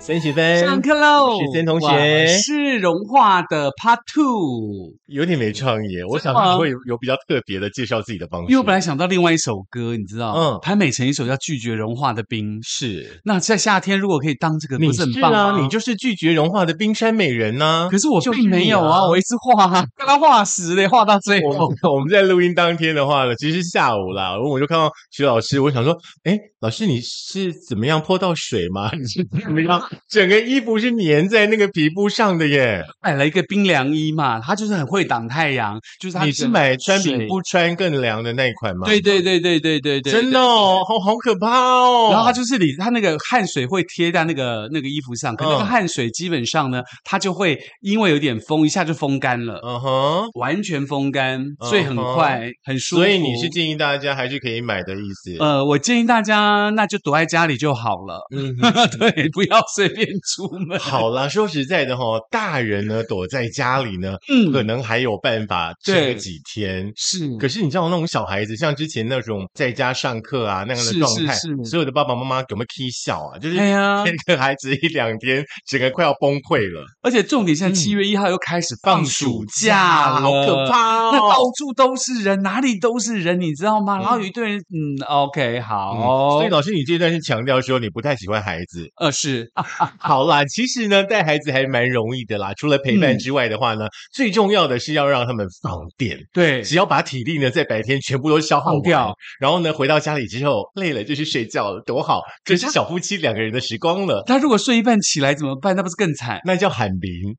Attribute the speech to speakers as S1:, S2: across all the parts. S1: 孙喜芬，
S2: 上课喽！
S1: 许仙同学
S2: 我是融化的 Part Two，
S1: 有点没创意。我想
S2: 真的吗
S1: 你会有有比较特别的介绍自己的方式。
S2: 因为我本来想到另外一首歌，你知道，
S1: 嗯
S2: 嗯，潘美辰一首叫《拒绝融化的冰》。
S1: 是
S2: 那在夏天如果可以当这个，
S1: 你
S2: 不是很
S1: 是
S2: 棒
S1: 啊，
S2: 吗
S1: 你就是拒绝融化的冰山美人呐、
S2: 可是我
S1: 就是
S2: 并没有
S1: 你
S2: 啊，
S1: 啊
S2: 我一直画 啊，刚刚画死嘞，画到最
S1: 我
S2: 后。
S1: 们我们在录音当天的话呢，其实是下午啦，然后我就看到徐老师，我想说，哎，老师你是怎么样泼到水吗？ 你是怎么样？整个衣服是粘在那个皮肤上的耶。
S2: 买了一个冰凉衣嘛，它就是很会挡太阳，就是它
S1: 你是
S2: 整个
S1: 买穿比
S2: 水
S1: 不穿更凉的那一款吗？
S2: 对对对对对对对，
S1: 真的哦，好好可怕哦。
S2: 然后它就是里，它那个汗水会贴在那个那个衣服上，可那个
S1: 嗯
S2: 汗水基本上呢，它就会因为有点风，一下就风干了，
S1: 嗯哼。
S2: 完全风干，所以很
S1: 嗯哼
S2: 快、很舒服。
S1: 所以你是建议大家还是可以买的意思？
S2: 呃，我建议大家那就躲在家里就好了，
S1: 嗯哼，
S2: 对，不要随便出 门。
S1: 好啦，说实在的哈、哦，大人呢躲在家里呢，可
S2: 嗯，
S1: 能还有办法撑
S2: 对
S1: 个几天。
S2: 是，
S1: 可是你知道那种小孩子，像之前那种在家上课啊那样的
S2: 是
S1: 状
S2: 是
S1: 态，
S2: 是
S1: 所有的爸爸妈妈有没有 k 笑啊？就是
S2: 哎呀，
S1: 那个孩子一两天，整个快要崩溃了，
S2: 而且重点
S1: 嗯
S2: 现在七月一号又开始放暑假了，
S1: 好可。怕
S2: 那 到
S1: 哦！
S2: 处都是人，哪里都是人，你知道吗？
S1: 嗯
S2: 然后有一堆人，嗯，OK，好，哦
S1: 嗯所以老师，你这段是强调说你不太喜欢孩子，
S2: 呃，是啊，
S1: 好啦，其实呢，带孩子还蛮容易的啦。除了陪伴
S2: 嗯
S1: 之外的话呢，最重要的是要让他们放电。
S2: 对，
S1: 只要把体力呢在白天全部都消耗
S2: 放
S1: 完
S2: 掉，
S1: 然后呢回到家里之后累了就去睡觉了，多好！这是小夫妻两个人的时光了，
S2: 他如果睡一半起来怎么办？那不是更 惨？
S1: 那叫喊鸣。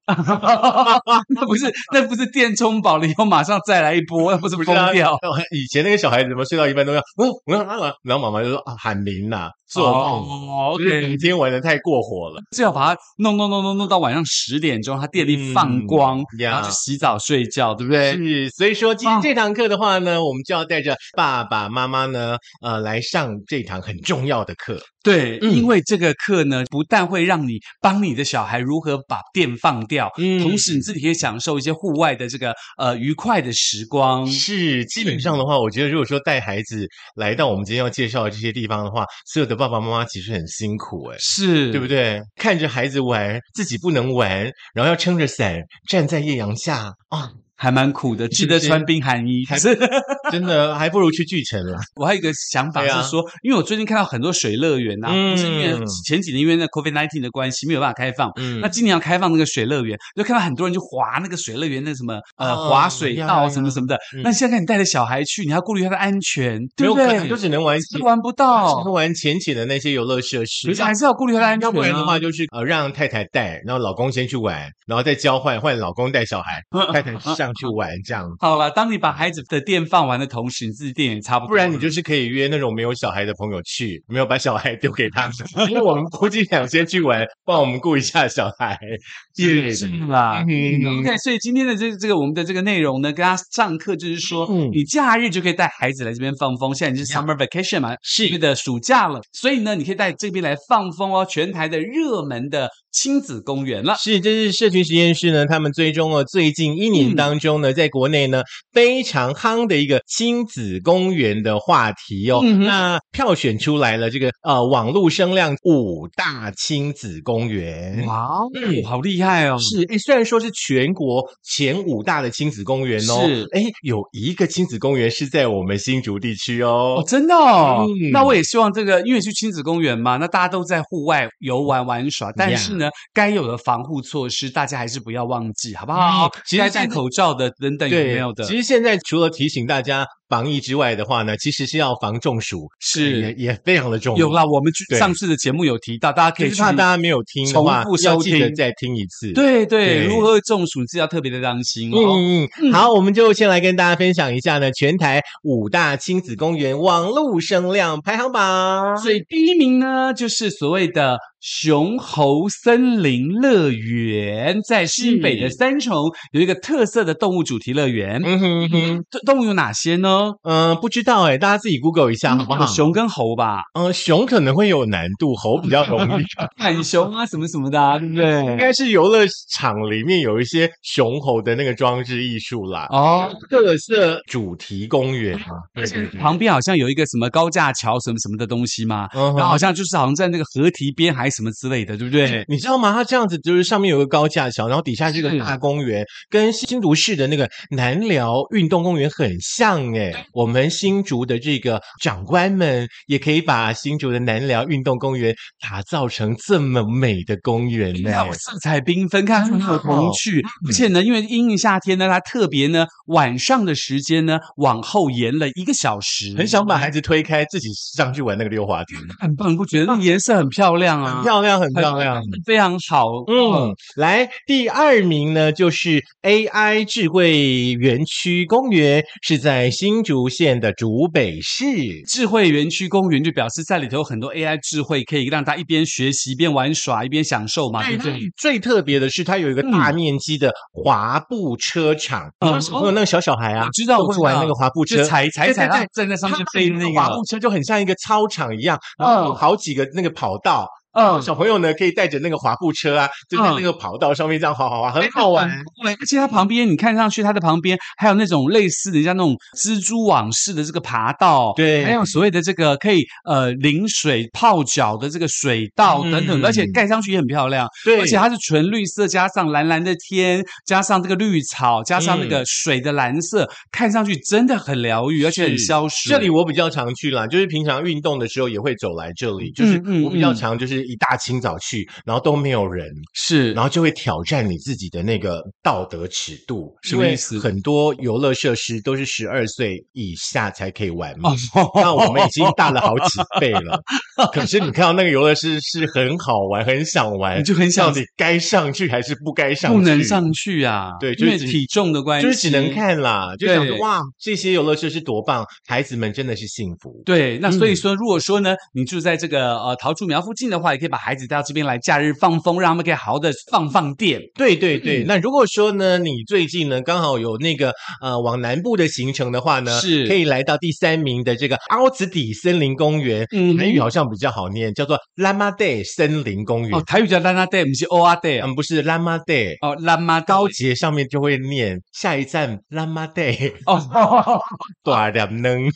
S2: 那不是那不是电充饱了以后马上再来一波，那不是
S1: 不
S2: 疯
S1: 是啊
S2: 掉？
S1: 以前那个小孩子怎么睡到一半都要，嗯嗯啊啊，然后妈妈就说啊喊鸣呐、做梦。
S2: 哦
S1: 就是
S2: ，OK，
S1: 每天玩的太过火了，
S2: 最好把它弄弄弄弄弄到晚上十点钟，它电力放光
S1: 嗯，
S2: 然
S1: 呀
S2: 后去洗澡睡觉，对不对？
S1: 是，所以说今天
S2: 啊
S1: 这堂课的话呢，我们就要带着爸爸妈妈呢，呃，来上这堂很重要的课。
S2: 对，
S1: 嗯
S2: 因为这个课呢，不但会让你帮你的小孩如何把电放掉，
S1: 嗯
S2: 同时你自己也享受一些户外的这个呃愉快的时光。
S1: 是，基本上的话，我觉得如果说带孩子来到我们今天要介绍的这些地方的话，所有的爸爸妈妈其实很辛苦哎、
S2: 是，
S1: 对不？对？看着孩子玩，自己不能玩，然后要撑着伞站在艳阳下啊，
S2: 还蛮苦的，记
S1: 不
S2: 得
S1: 是
S2: 穿冰寒衣。
S1: 还
S2: 可是
S1: 真的还不如去巨城啊 了。
S2: 我还有一个想法
S1: 对啊
S2: 是说，因为我最近看到很多水乐园呐、
S1: 嗯
S2: 不是因为前几年因为那 COVID nineteen 的关系没有办法开放。
S1: 嗯
S2: 那今年要开放那个水乐园，就看到很多人就滑那个水乐园那什么呃、
S1: 哦
S2: 滑水
S1: 呀
S2: 道
S1: 呀
S2: 什么什么的。
S1: 嗯
S2: 那现在你带着小孩去，你要顾虑他的安全，对不
S1: 没有可能
S2: 对？
S1: 就只能玩
S2: 是玩不到
S1: 只，玩浅浅的那些游乐设施
S2: 可是。还是要顾虑他的安全、
S1: 要
S2: 啊。
S1: 不然的话，就是呃让太太带，然后老公先去玩，然后再交换，换老公带小 孩，太太上去玩这样
S2: 好了，当你把孩子的电放完的同时，你自己电也差不多
S1: 不
S2: 了。
S1: 然你就是可以约那种没有小孩的朋友去，没有把小孩丢给他，因为我们估计想先去玩，帮我们顾一下小孩。
S2: 也 是啊啦。
S1: 嗯
S2: OK，所以今天的这这个我们的这个内容呢，跟大家上课就是说，
S1: 嗯
S2: 你假日就可以带孩子来这边放风。现在已经是 summer vacation 嘛，是因为的暑假了，所以呢，你可以带这边来放风哦。全台的热门的亲子公园了，
S1: 是，这是社群实验室呢，他们追踪了最近一
S2: 嗯
S1: 年当中呢，在国内呢非常夯的一个亲子公园的话题哦。
S2: 嗯哼
S1: 那票选出来了这个呃网络声量五大亲子公园。
S2: 哇哦
S1: 嗯，
S2: 好厉害哦！
S1: 是，哎，虽然说是全国前五大的亲子公园哦，
S2: 是
S1: 哎，有一个亲子公园是在我们新竹地区
S2: 哦
S1: 哦，，
S2: 真的哦。
S1: 嗯
S2: 那我也希望这个，因为去亲子公园嘛，那大家都在户外游玩玩耍，但是呢，该有的防护措施大家还是不要忘记，好不好？
S1: 嗯其实
S2: 该
S1: 现
S2: 戴
S1: 在
S2: 口罩的等等有
S1: 对，
S2: 没有的？
S1: 其实现在除了提醒大家防疫之外的话呢，其实是要防中暑，也
S2: 是
S1: 也非常的重要。
S2: 有啦，我们去
S1: 哎对
S2: 上次的节目有提到，大家可
S1: 就
S2: 以
S1: 是
S2: 去
S1: 怕大家没有听的话
S2: 重复，收
S1: 要记得
S2: 听
S1: 再听一次。。
S2: 对
S1: 对
S2: 对如何中暑，自己要特别的当心哦。
S1: 嗯嗯嗯，好，我们就先来跟大家分享一下呢，全台五大亲子公园网络声量排行榜。
S2: 所以第一名呢，就是所谓的熊猴森林乐园，在新北的
S1: 是
S2: 三重有一个特色的动物主题乐园。
S1: 嗯哼哼，
S2: 动动物有哪些呢？呢？
S1: 嗯、不知道哎、大家自己 Google 一下好不好
S2: 有？熊跟猴吧，
S1: 嗯、熊可能会有难度，猴比较容 易。
S2: 喊熊啊，什么什么的、啊，对
S1: 应
S2: 不对？
S1: 该是游乐场里面有一些熊猴的那个装置艺术啦。
S2: 哦，
S1: 特色主题公园啊，对对对，
S2: 旁边好像有一个什么高架桥什么什么的东西嘛，
S1: 嗯
S2: 然后
S1: 哼
S2: 好像就是好像在那个河堤边还是什么之类的，对不对？
S1: 你知道吗？它这样子就是上面有个高架桥，然后底下是个
S2: 是
S1: 大公园，跟新竹市的那个南寮运动公园很像诶。我们新竹的这个长官们也可以把新竹的南寮运动公园打造成这么美的公园呢。
S2: 哎啊那我色彩缤纷，看看有
S1: 哦
S2: 童趣。
S1: 嗯
S2: 而且呢，因为阴应夏天呢，它特别呢晚上的时间呢往后延了一个小时，
S1: 很想把
S2: 嗯
S1: 孩子推开，自己上去玩那个溜滑梯，
S2: 很棒，你嗯不觉得那个颜色很漂亮啊？
S1: 啊很漂亮，很漂亮。啊
S2: 非常好，呃
S1: 嗯，来第二名呢，就是 AI 智慧园区公园，是在新竹县的竹北市。
S2: 智慧园区公园就表示在里头有很多 AI 智慧，可以让他一边学习、一边玩耍、一边享受
S1: 哎
S2: 嘛，对不对？
S1: 最特别的是，它有一个大面积的滑步车场，
S2: 嗯
S1: 嗯，小朋友那个小小孩啊，
S2: 我知道，
S1: 都
S2: 我
S1: 去玩
S2: 知道
S1: 那个滑步车
S2: 就。踩踩
S1: 对
S2: 踩，
S1: 对
S2: 然
S1: 对
S2: 后站在上面
S1: 它
S2: 飞的那
S1: 滑
S2: 个
S1: 步，车就很像一个操场一样，然后有好几个那个跑道，
S2: 嗯，
S1: 小朋友呢可以带着那个滑步车啊，就在
S2: 嗯
S1: 那个跑道上面这样滑滑滑，很好玩。
S2: 而且它旁边，你看上去它的旁边还有那种类似人家那种蜘蛛网式的这个爬道，
S1: 对
S2: 还有所谓的这个可以呃淋水泡脚的这个水道等等，
S1: 嗯
S2: 而且盖上去也很漂亮，
S1: 对，
S2: 而且它是嗯纯绿色加上蓝蓝的天，加上这个绿草，加上那
S1: 嗯
S2: 个水的蓝色，看上去真的很疗愈，而且很
S1: 是
S2: 消暑。
S1: 这里我比较常去啦，就是平常运动的时候也会走来这里，就是
S2: 嗯
S1: 我比较
S2: 嗯
S1: 常就是一大清早去，然后都没有人，
S2: 是
S1: 然后就会挑战你自己的那个道德尺度，
S2: 什么
S1: 因为
S2: 意思
S1: 很多游乐设施都是十二岁以下才可以玩嘛。
S2: 哦，
S1: 那我们已经大了好几倍 了，可是你看到那个游乐设施是很好玩，很想玩，
S2: 你就很
S1: 到
S2: 想
S1: 底该上去还是不该上去？
S2: 不能上去啊，
S1: 对就
S2: 因
S1: 是只
S2: 为体重的关系，
S1: 就是只能。看啦，就想说
S2: 对
S1: 哇，这些游乐设施多棒，孩子们真的是幸福。
S2: 对，那所以
S1: 嗯
S2: 说，如果说呢，你住在这个呃桃竹苗附近的话，也可以把孩子带到这边来，假日放风，让他们可以好好的放放电。
S1: 对对对，
S2: 嗯
S1: 那如果说呢，你最近呢刚好有那个呃往南部的行程的话呢，
S2: 是
S1: 可以来到第三名的这个凹子底森林公园，
S2: 嗯
S1: 台语好像比较好念，叫做 Lama Day 森林公园。
S2: 哦，台语叫拉拉 day，不是 o r day，
S1: 嗯，不是 Lama Day，
S2: 哦，拉妈
S1: 高
S2: 高
S1: 节上面就会念下一站 Lama Day，
S2: 哦。
S1: 短 点能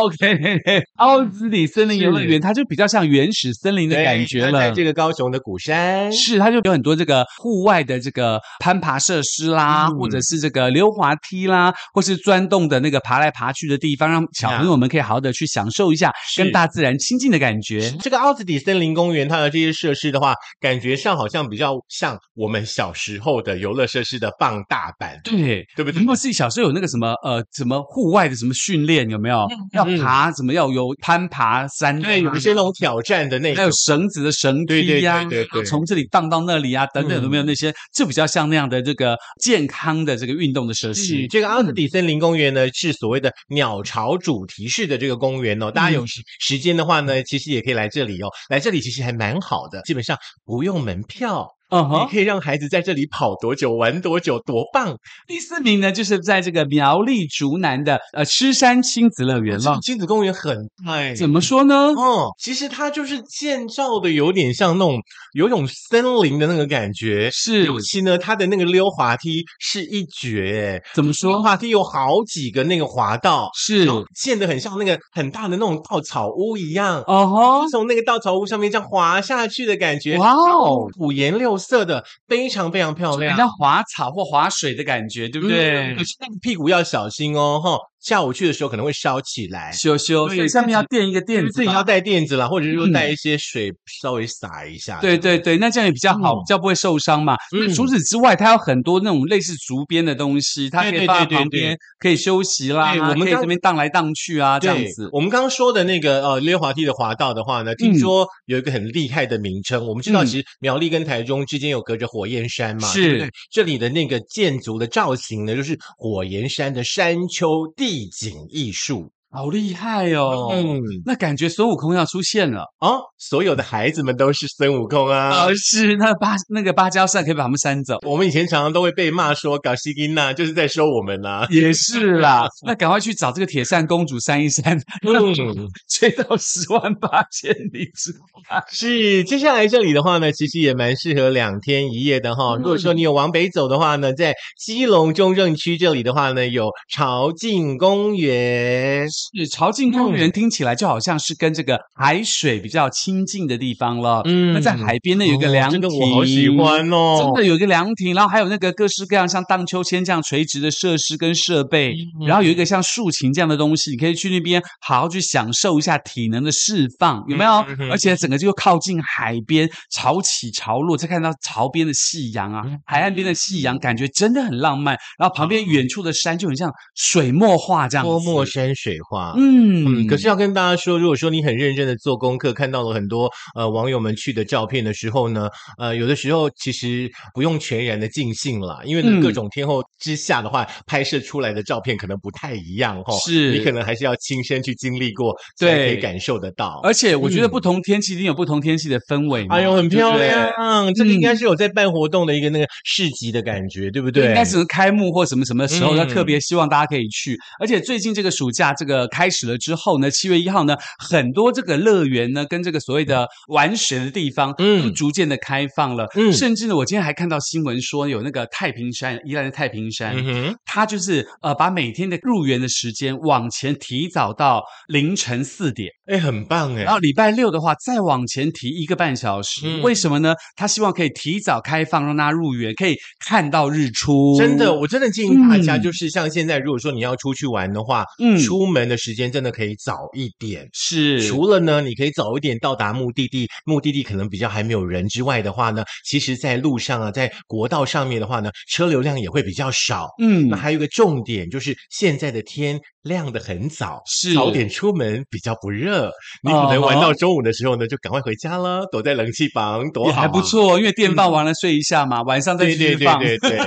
S2: OK，奥兹里森林游乐园，它就比较像原始森林的感觉
S1: 对它在
S2: 了。
S1: 这个高雄的鼓山，
S2: 是，它就有很多这个户外的这个攀爬设施啦，
S1: 嗯
S2: 或者是这个溜滑梯啦，或是钻洞的那个爬来爬去的地方，让小朋友们可以好好的去享受一下
S1: 是
S2: 跟大自然亲近的感觉。
S1: 这个奥兹底森林公园，它的这些设施的话，感觉上好像比较像我们小时候的游乐设施的放大版，
S2: 对，
S1: 对不对
S2: 如？果自己小时候有那个什么呃什么户外的什么训练，有没有要
S1: 嗯
S2: 爬什么要有攀爬山啊？
S1: 对，有一些那种挑战的那
S2: 还有
S1: 种，
S2: 绳子的绳
S1: 对
S2: 梯
S1: 对
S2: 呀、
S1: 对对对
S2: 从这里荡到那里啊，等等，
S1: 嗯
S2: 有没有那些？就比较像那样的这个健康的这个运动的设施
S1: 是。嗯这个奥
S2: 嗯
S1: 斯底森林公园呢，是所谓的鸟巢主题式的这个公园哦。大
S2: 嗯
S1: 家有时时间的话呢，其实也可以来这里哦。来这里其实还蛮好的，基本上不用门票，
S2: 嗯
S1: 你
S2: 哼，
S1: 可以让孩子在这里跑多久、玩多久，多棒！
S2: 第四名呢，就是在这个苗栗竹南的呃狮山亲子乐园
S1: 这
S2: 了
S1: 个。亲子公园很大哎。
S2: 怎么说呢？
S1: 哦，其实它就是建造的有点像那种有种森林的那个感觉，
S2: 是
S1: 尤其呢，它的那个溜滑梯是一绝，
S2: 怎么
S1: 溜
S2: 说？
S1: 滑梯有好几个那个滑道，
S2: 是
S1: 然后建的很像那个很大的那种稻草屋一样，
S2: 哦吼
S1: 就，从那个稻草屋上面这样滑下去的感觉，
S2: 哇哦，
S1: 五颜六色的，非常非常漂
S2: 很
S1: 亮。
S2: 像滑草或滑水的感觉，对不对
S1: 嗯可？是那个屁股要小心哦，哈，下午去的时候可能会烧起来。
S2: 羞羞，
S1: 对
S2: 所以上面要垫一个垫
S1: 自
S2: 子
S1: 己要
S2: 吧。
S1: 带垫子啦，或者是说
S2: 嗯
S1: 带一些水稍微洒一下。
S2: 对对对，那这样也比较好，
S1: 嗯
S2: 比较不会受伤嘛。那
S1: 嗯
S2: 除此之外，它有很多那种类似竹编的东西，它可
S1: 对
S2: 以
S1: 对
S2: 放在
S1: 对对
S2: 旁边，可以休息啦，
S1: 对我们
S2: 可以
S1: 刚
S2: 这边荡来荡去啊，这样
S1: 对
S2: 子。
S1: 我们刚刚说的那个呃溜滑梯的滑道的话呢，
S2: 嗯
S1: 听说有一个很厉害的名称。我们知道，
S2: 嗯
S1: 其实苗栗跟台中之间有隔着火焰山嘛，
S2: 是
S1: 对不对这里的那个建筑的造型呢，就是火焰山的山丘地景艺术。
S2: 好厉害哦！
S1: 嗯
S2: 那感觉孙悟空要出现了
S1: 哦，所有的孩子们都是孙悟空啊。
S2: 哦，是那芭那个芭蕉扇可以把他们扇走，
S1: 我们以前常常都会被骂说搞西金呐，就是在说我们啊呐、
S2: 也是啦。那赶快去找这个铁扇公主扇一扇，
S1: 嗯，
S2: 吹到十万八千里之外。
S1: 是。接下来这里的话呢，其实也蛮适合两天一夜的
S2: 嗯
S1: 哈、如果说你有往北走的话呢，在基隆中正区这里的话呢，有朝境公园。
S2: 是朝
S1: 嗯
S2: 境公园听起来就好像是跟这个海水比较亲近的地方了。
S1: 嗯
S2: 那在海边呢有一个
S1: 哦
S2: 凉
S1: 这
S2: 亭，
S1: 个我好喜欢哦，
S2: 真的有一个凉亭，然后还有那个各式各样像荡秋千这样垂直的设施跟设备，
S1: 嗯
S2: 然后有一个像竖琴这样的东西，你可以去那边好好去享受一下体能的释放，有没有？
S1: 嗯嗯
S2: 而且整个就靠近海边，潮起潮落，再看到潮边的夕阳
S1: 嗯
S2: 啊，海岸边的夕阳，感觉真的很浪漫。然后旁边远处的山就很像水墨画这样子，
S1: 泼墨山水画。
S2: 嗯
S1: 嗯，可是要跟大家说，如果说你很认真的做功课，看到了很多呃网友们去的照片的时候呢，呃，有的时候其实不用全然的尽兴啦，因为呢
S2: 嗯
S1: 各种天候之下的话，拍摄出来的照片可能不太一样哦。
S2: 是
S1: 你可能还是要亲身去经历过，
S2: 对
S1: 才可以感受得到。
S2: 而且我觉得
S1: 嗯
S2: 不同天气一定有不同天气的氛围嘛。
S1: 哎呦，很
S2: 对不
S1: 漂
S2: 对
S1: 亮！这个应
S2: 嗯
S1: 该是有在办活动的一个那个市集的感觉，对不对？
S2: 应该是开幕或什么什么时候，
S1: 嗯
S2: 要特别希望大家可以去。而且最近这个暑假这个开始了之后呢，七月一号呢，很多这个乐园呢跟这个所谓的玩水的地方，
S1: 嗯
S2: 嗯，都逐渐的开放了。
S1: 嗯
S2: 嗯，甚至呢，我今天还看到新闻说有那个太平山，宜兰的太平山。
S1: 嗯哼，
S2: 它就是呃，把每天的入园的时间往前提早到凌晨四点，
S1: 哎，很棒哎
S2: 然。后礼拜六的话，再往前提一个半小时，
S1: 嗯
S2: 为什么呢？他希望可以提早开放，让大家入园，可以看到日出。
S1: 真的，我真的建议大家，
S2: 嗯
S1: 就是像现在，如果说你要出去玩的话，
S2: 嗯
S1: 出门的时间真的可以早一点。
S2: 是
S1: 除了呢，你可以早一点到达目的地，目的地可能比较还没有人之外的话呢，其实，在路上啊，在国道上面的话呢，车流量也会比较少。
S2: 嗯
S1: 那，还有一个重点就是，现在的天亮得很早，
S2: 是
S1: 早点出门比较不热。你可能玩
S2: 哦
S1: 到中午的时候呢，就赶快回家了，躲在冷气房多
S2: 也
S1: 好、啊
S2: 还不。错，因为电放完了睡一下嘛，晚上再
S1: 对
S2: 继
S1: 对
S2: 续
S1: 对
S2: 放。
S1: 对对，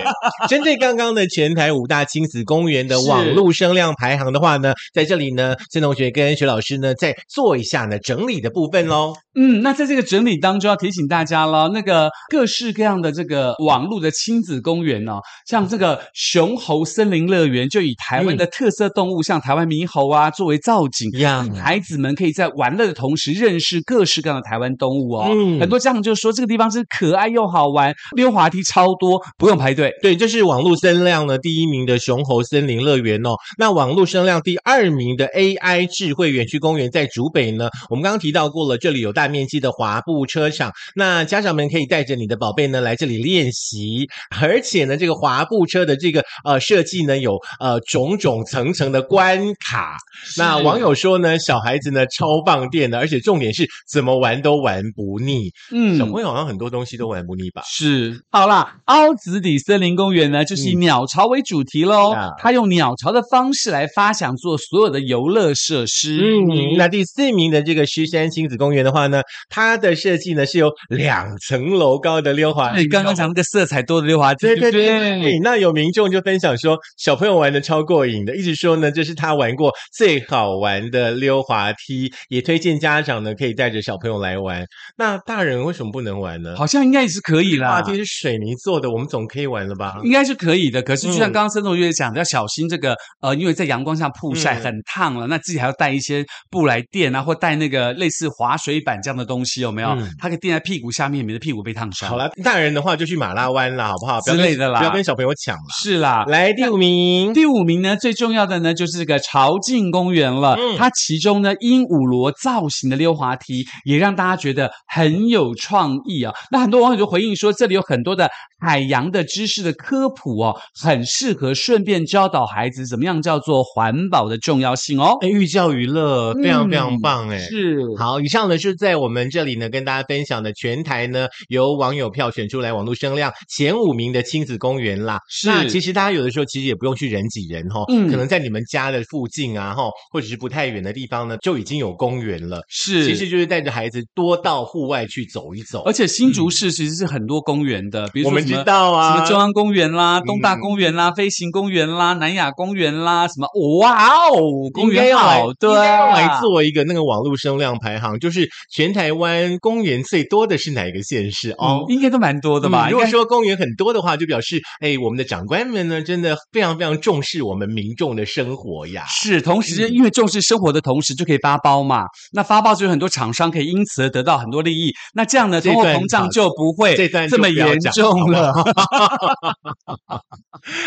S1: 针对刚刚的全台五大亲子公园的
S2: 是
S1: 网络声量排行的话呢，在这里呢，孙同学跟徐老师呢再做一下呢整理的部分喽。
S2: 嗯，那在这个整理当中要提醒大家了，那个各式各样的这个网络的亲子公园哦，像这个熊猴森林乐园，就以台
S1: 嗯
S2: 湾的特色动物，像台湾猕猴啊作为造景。
S1: 呀
S2: 孩子们可以在玩乐的同时认识各式各样的台湾动物哦。
S1: 嗯
S2: 很多家长就说这个地方真可爱又好玩，溜滑梯超多，不用排队。
S1: 对，这是网络声量呢第一名的熊猴森林乐园哦。那网络声量第二名的 AI 智慧园区公园在竹北呢，我们刚刚提到过了，这里有大面积的滑步车场，那家长们可以带着你的宝贝呢来这里练习，而且呢，这个滑步车的这个呃设计呢有呃种种层层的关卡。那网友说呢，小孩子呢超放电的，而且重点是怎么玩都玩不腻。
S2: 嗯
S1: 小朋友好像很多东西都玩不腻吧？
S2: 是，好啦，凹子底森林公园呢，就是以
S1: 嗯
S2: 鸟巢为主题喽
S1: 啊，
S2: 它用鸟巢的方式来发想做所有的游乐设施。
S1: 嗯，那第四名的这个狮山亲子公园的话呢，它的设计呢是有两层楼高的溜滑
S2: 你
S1: 梯。
S2: 刚刚讲那个色彩多的溜滑梯，
S1: 对
S2: 对
S1: 对
S2: 不
S1: 对对，那有民众就分享说，小朋友玩的超过瘾的，一直说呢，这是他玩过最好玩的溜滑梯，也推荐家长呢可以带着小朋友来玩。那大人为什么不能玩呢？
S2: 好像应该也是可以
S1: 溜滑
S2: 啦。
S1: 梯是水泥做的，我们总可以玩了吧？
S2: 应该是可以的，可是就像
S1: 嗯
S2: 刚刚孙同学讲的，要小心这个呃，因为在阳光下曝晒
S1: 嗯
S2: 很烫了，那自己还要带一些布来垫啊，或带那个类似滑水板这样的东西，有没有
S1: 嗯？
S2: 它可以垫在屁股下面，免得屁股被烫伤。
S1: 好，啦，大人的话就去马拉湾啦，好不好？不要
S2: 之
S1: 跟
S2: 类的啦
S1: 不要跟小朋友抢了。
S2: 是啦，
S1: 来第五名，
S2: 第五名呢，最重要的呢就是这个朝境公园了。
S1: 嗯
S2: 它其中呢，鹦鹉螺造型的溜滑梯也让大家觉得很有创意啊。那很多网友就回应说，这里有很多的海洋的知识的科普哦，很适合顺便教导孩子怎么样叫做环保的重要性哦。
S1: 哎，寓教于乐，非常非常
S2: 嗯
S1: 棒哎、
S2: 是，
S1: 好，以上呢是在我们这里呢跟大家分享的全台呢由网友票选出来网络声量前五名的亲子公园啦。
S2: 是
S1: 那其实大家有的时候其实也不用去人挤人哈、
S2: 嗯
S1: 可能在你们家的附近啊哈，或者是不太远的地方呢就已经有公园了。
S2: 是，
S1: 其实就是带着孩子多到户外去走一走
S2: 而。且新竹市其实是很多公园的，比
S1: 嗯
S2: 如
S1: 我
S2: 说
S1: 们
S2: 什么
S1: 知道啊
S2: 什么中央公园啦、
S1: 嗯
S2: 东大公园啦、飞行公园啦、南雅公园啦，什么哇哦，公
S1: 应该
S2: 园
S1: 要来
S2: 好
S1: 应
S2: 多
S1: 该要来
S2: 啊！
S1: 做一个那个网络声量排行，就是全台湾公园最多的是哪一个县市
S2: 哦
S1: 哦，？
S2: 应该都蛮多的吧？
S1: 嗯如果
S2: 应该
S1: 说公园很多的话，就表示哎，我们的长官们呢，真的非常非常重视我们民众的生活呀。
S2: 是，同时
S1: 嗯
S2: 因为重视生活的同时，就可以发包嘛。那发包就有很多厂商可以因此而得到很多利益。那这样呢，
S1: 这
S2: 通货
S1: 段
S2: 膨胀
S1: 好
S2: 就不会
S1: 这段
S2: 这
S1: 就
S2: 么
S1: 不要
S2: 严
S1: 讲
S2: 重了。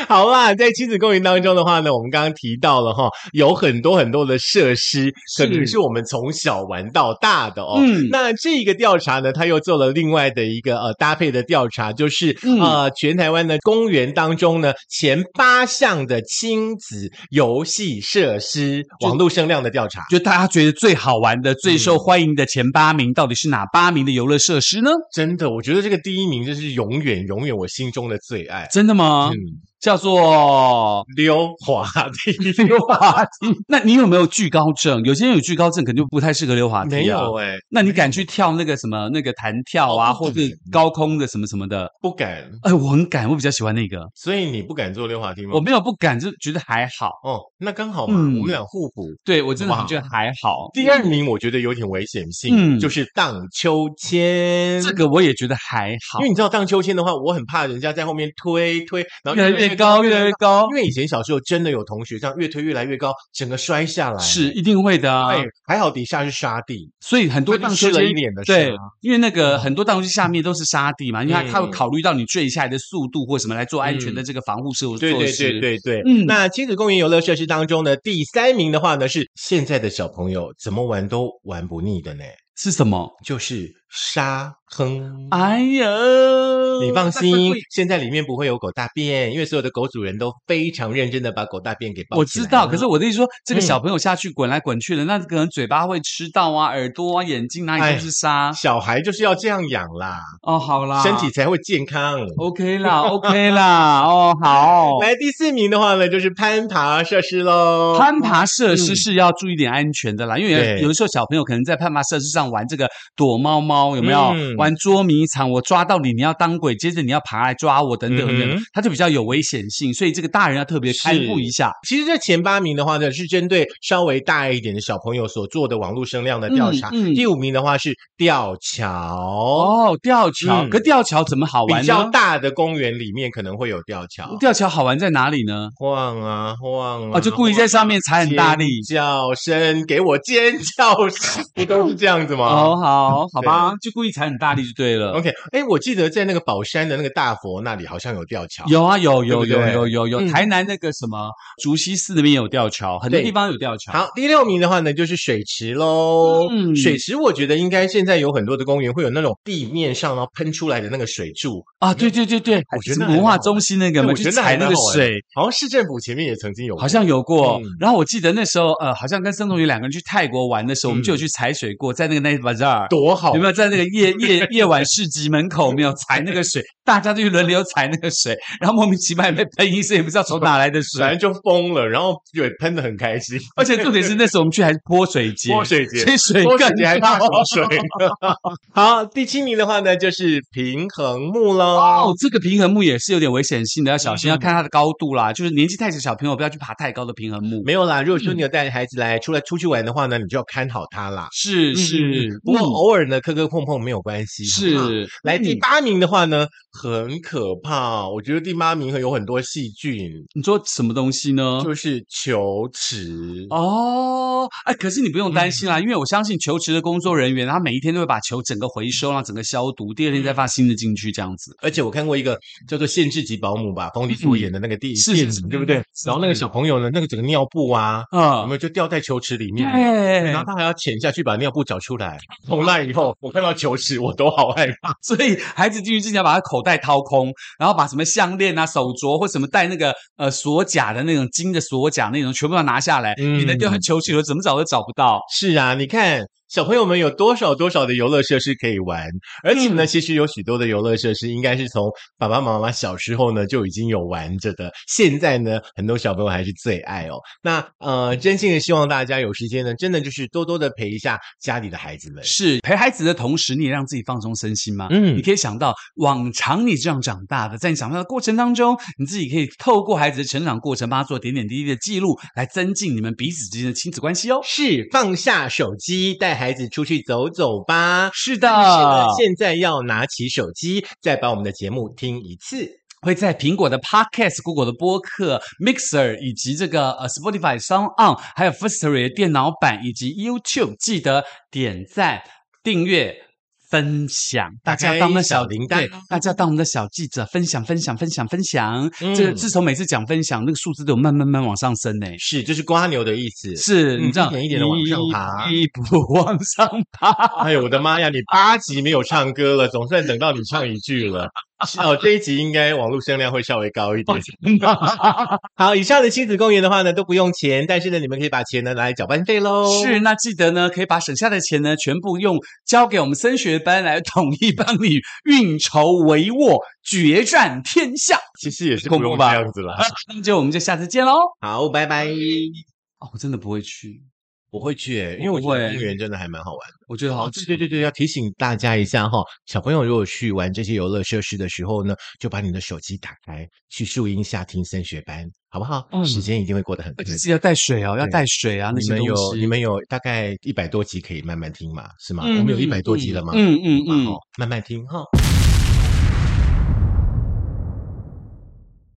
S1: 好啦，在亲子公园当中的话呢，我们刚刚提到了哈，有很多很多的设施，可能是我们从小玩到大的哦。
S2: 嗯
S1: 那这个调查呢，他又做了另外的一个呃搭配的调查，就是、
S2: 嗯
S1: 呃全台湾的公园当中呢，前八项的亲子游戏设施网络声量的调查。
S2: 就大家觉得最好玩的、最
S1: 嗯
S2: 受欢迎的前八名，到底是哪八名的游乐设施呢？
S1: 真的，我觉得这个第一名就是永远永远我心中的最爱。
S2: 真的吗？
S1: 嗯，
S2: 叫做
S1: 溜滑梯。
S2: 溜滑梯。 那你有没有惧高症？有些人有惧高症，可能就不太适合 溜滑梯、啊。
S1: 没有。哎、
S2: 那你敢去跳那个什么那个弹跳啊，
S1: 哦
S2: 或者是高空的什么什么的？
S1: 不敢，
S2: 哎，我很敢，我比较喜欢那个。
S1: 所以你不敢坐溜滑梯吗？
S2: 我没有不敢，就觉得还好。
S1: 哦，那刚好嘛，
S2: 嗯
S1: 我们俩互补。
S2: 对我真的
S1: 哇
S2: 觉得还好。
S1: 第二名我觉得有点危险性，
S2: 嗯
S1: 就是荡秋千。
S2: 这个我也觉得还好
S1: 因为，你知道荡秋千的话，我很怕人家在后面推推，然后
S2: 越来越高，越来越。高
S1: 因，为以前小时候真的有同学这样越推越来越高，整个摔下来。
S2: 是，一定会的啊。
S1: 哎，还好底下是沙地，
S2: 所以很多
S1: 所以就
S2: 荡秋
S1: 吃了
S2: 千
S1: 一脸的
S2: 对
S1: 沙，
S2: 因为那个很多荡秋千下面都是沙地嘛，因为它它会
S1: 嗯
S2: 考虑到你坠下来的速度或什么来做安全的
S1: 嗯
S2: 这个防护设措施。
S1: 对对对对对。
S2: 嗯
S1: 那亲子公园游乐设施当中呢，第三名的话呢是现在的小朋友怎么玩都玩不腻的呢，
S2: 是什么？
S1: 就是沙坑。
S2: 哎呀，
S1: 你放
S2: 那会
S1: 心
S2: 不会，
S1: 现在里面不会有狗大便，因为所有的狗主人都非常认真的把狗大便给包
S2: 我
S1: 起
S2: 知
S1: 来
S2: 道，
S1: 了
S2: 可是我的意思说，这个
S1: 嗯
S2: 小朋友下去滚来滚去的，那可能嘴巴会吃到啊，耳朵啊、眼睛哪里
S1: 哎
S2: 都是 沙。
S1: 小孩就是要这样养啦，
S2: 哦，好啦，
S1: 身体才会健康。
S2: 哦 OK 啦，OK 啦，哦，好。
S1: 来第四名的话呢，就是攀爬设施喽。
S2: 攀爬设施
S1: 嗯
S2: 是要注意点安全的啦，因为
S1: 对
S2: 有的时候小朋友可能在攀爬设施上玩这个躲猫猫，有没有、
S1: 嗯
S2: 玩捉迷藏？我抓到你，你要当鬼，接着你要爬来抓我，等等等等，
S1: 嗯哼
S2: 它就比较有危险性，所以这个大人要特别看顾一下。
S1: 其实这前八名的话呢，是针对稍微大一点的小朋友所做的网络声量的调查。
S2: 嗯嗯
S1: 第五名的话是吊桥，
S2: 哦，吊桥，
S1: 嗯
S2: 可吊桥怎么好玩
S1: 比较
S2: 呢？
S1: 大的公园里面可能会有吊桥，
S2: 吊桥好玩在哪里呢？
S1: 晃啊晃啊，
S2: 哦，就故意在上面踩很大力。
S1: 尖叫声，给我尖叫 声，不都是这样子吗？
S2: 哦，好，好吧，就故意踩很大力就对了。
S1: OK，哎，我记得在那个宝山的那个大佛那里好像有吊桥，
S2: 有啊，有有
S1: 对
S2: 有
S1: 不对
S2: 有有有，
S1: 嗯
S2: 台南那个什么竹溪寺那边有吊桥，很多
S1: 对
S2: 地方有吊桥。
S1: 好，第六名的话呢，就是水池喽。
S2: 嗯
S1: 水池我觉得应该现在有很多的公园会有那种地面上然后喷出来的那个水柱，
S2: 啊，对对对对，
S1: 我觉
S2: 什
S1: 得
S2: 么
S1: 还
S2: 文化
S1: 蛮好
S2: 中心那个
S1: 对
S2: 嘛，
S1: 我
S2: 去
S1: 觉得
S2: 踩
S1: 还
S2: 那
S1: 蛮
S2: 个
S1: 好玩的
S2: 水，
S1: 好像市政府前面也曾经有过，
S2: 好像有过
S1: 嗯。
S2: 然后我记得那时候，呃，好像跟森同学两个人去泰国玩的时候，我们就有去踩水过，在那个 Night Bazaar。
S1: 多好
S2: 有没有在那个 夜夜夜晚市集门口没有踩那个水？大家都去轮流踩那个水，然后莫名其妙也被喷一身，也不知道从哪来的
S1: 本 来
S2: 水。
S1: 就疯了，然后也喷的很开心，
S2: 而且重点是那时候我们去还是泼水节，
S1: 泼水节
S2: 所以水
S1: 多
S2: 更
S1: 水还怕什
S2: 多
S1: 么水？ 好，第七名的话呢，就是平衡木喽。
S2: 哦，这个平衡木也是有点危险性的，要小心，
S1: 嗯
S2: 要看它的高度啦。就是年纪太小小朋友不要去爬太高的平衡木。
S1: 没有啦，如果说
S2: 嗯
S1: 你有带孩子来出来出去玩的话呢，你就要看好他啦。
S2: 是是
S1: 嗯，不过
S2: 嗯
S1: 偶尔呢，磕磕碰碰没有关系。好不好
S2: 是
S1: 来第
S2: 嗯
S1: 八名的话呢，很可怕哦，我觉得第八名有很多细菌，
S2: 你说什么东西呢？
S1: 就是球池。
S2: 哦，哎，可是你不用担心
S1: 嗯
S2: 啦，因为我相信球池的工作人员，他每一天都会把球整个回收，让整个消毒，第二天再
S1: 嗯
S2: 放新的进去，这样子。
S1: 而且我看过一个叫做限制级保姆吧，冯迪所演的那个电
S2: 嗯是
S1: 电
S2: 是嗯
S1: 影，对不对？
S2: 是
S1: 然后那个小朋友呢，那个整个尿布啊，有
S2: 啊
S1: 没，有就掉在球池里面？
S2: 对
S1: 然，后他还要潜下去把尿布找出来。从那以后，我看到球池我都好害怕。
S2: 所以孩子进去之前要把他口袋掏空，然后把什么项链啊、手镯或什么带那个呃锁甲的那种金的锁甲那种，全部要拿下来，
S1: 嗯
S2: 你那掉在球池里头怎么找都找不到。
S1: 是啊，你看小朋友们有多少多少的游乐设施可以玩，而且
S2: 嗯
S1: 呢，其实有许多的游乐设施应该是从爸爸妈妈小时候呢就已经有玩着的，现在呢，很多小朋友还是最爱哦。那呃，真心的希望大家有时间呢，真的就是多多的陪一下家里的孩子们。
S2: 是陪孩子的同时，你也让自己放松身心吗？
S1: 嗯
S2: 你可以想到往常你这样长大的，在你长大的过程当中，你自己可以透过孩子的成长过程，帮他做点点滴滴的记录，来增进你们彼此之间的亲子关系哦。
S1: 是放下手机，带孩子出去走走吧。
S2: 是
S1: 但嗯是呢
S2: 的，
S1: 现在要拿起手机，再把我们的节目听一次。
S2: 会在苹果的 Podcast、Google 的播客、Mixer 以及这个呃 Spotify、Sound On，还有 Firstory 的电脑版以及 YouTube，记得点赞、订阅、分享。大
S1: 打
S2: 家
S1: 开
S2: 当我们的小
S1: 小铃铛
S2: 对，大家当我们的小记者，分享、分享、分享、分享。
S1: 嗯
S2: 这个自从每次讲分享，那个数字都有慢慢慢往上升呢。
S1: 是，就是瓜牛的意思。
S2: 是，
S1: 嗯
S2: 你知道，
S1: 一点一点地往上爬
S2: 一步往上爬。
S1: 哎呦，我的妈呀！你八集没有唱歌了，总算等到你唱一句了。是哦，这一集应该网络声量会稍微高一点。好，以上的亲子公园的话呢，都不用钱，但是呢，你们可以把钱呢拿来搅拌费喽。
S2: 是，，那记得呢，可以把省下的钱呢，全部用交给我们升学班来统一帮你运筹帷幄，决战天下。
S1: 其实也是
S2: 恐
S1: 不
S2: 怖
S1: 用这
S2: 吧
S1: 样子啦。
S2: 那就我们就下次见喽。
S1: 好，拜拜。
S2: 哦，我真的不会去，
S1: 我会去欸，因为我觉
S2: 我
S1: 得
S2: 会
S1: 公园真的还蛮好玩的。
S2: 我觉得好
S1: 哦，
S2: 吃。
S1: 对对对对，要提醒大家一下哈、小朋友如果去玩这些游乐设施的时候呢，就把你的手机打开，去树荫下听升学班，好不好？
S2: 嗯
S1: 时间一定会过得很
S2: 而
S1: 快
S2: 且。记得带水哦，要
S1: 对
S2: 带水啊，那
S1: 你
S2: 些
S1: 们
S2: 东
S1: 有
S2: 西。
S1: 你们有大概一百多集可以慢慢听嘛，是吗？
S2: 嗯
S1: 我们有
S2: 嗯
S1: 一百多集了嘛，
S2: 嗯嗯
S1: 嗯
S2: 嗯
S1: 好，慢慢听哈、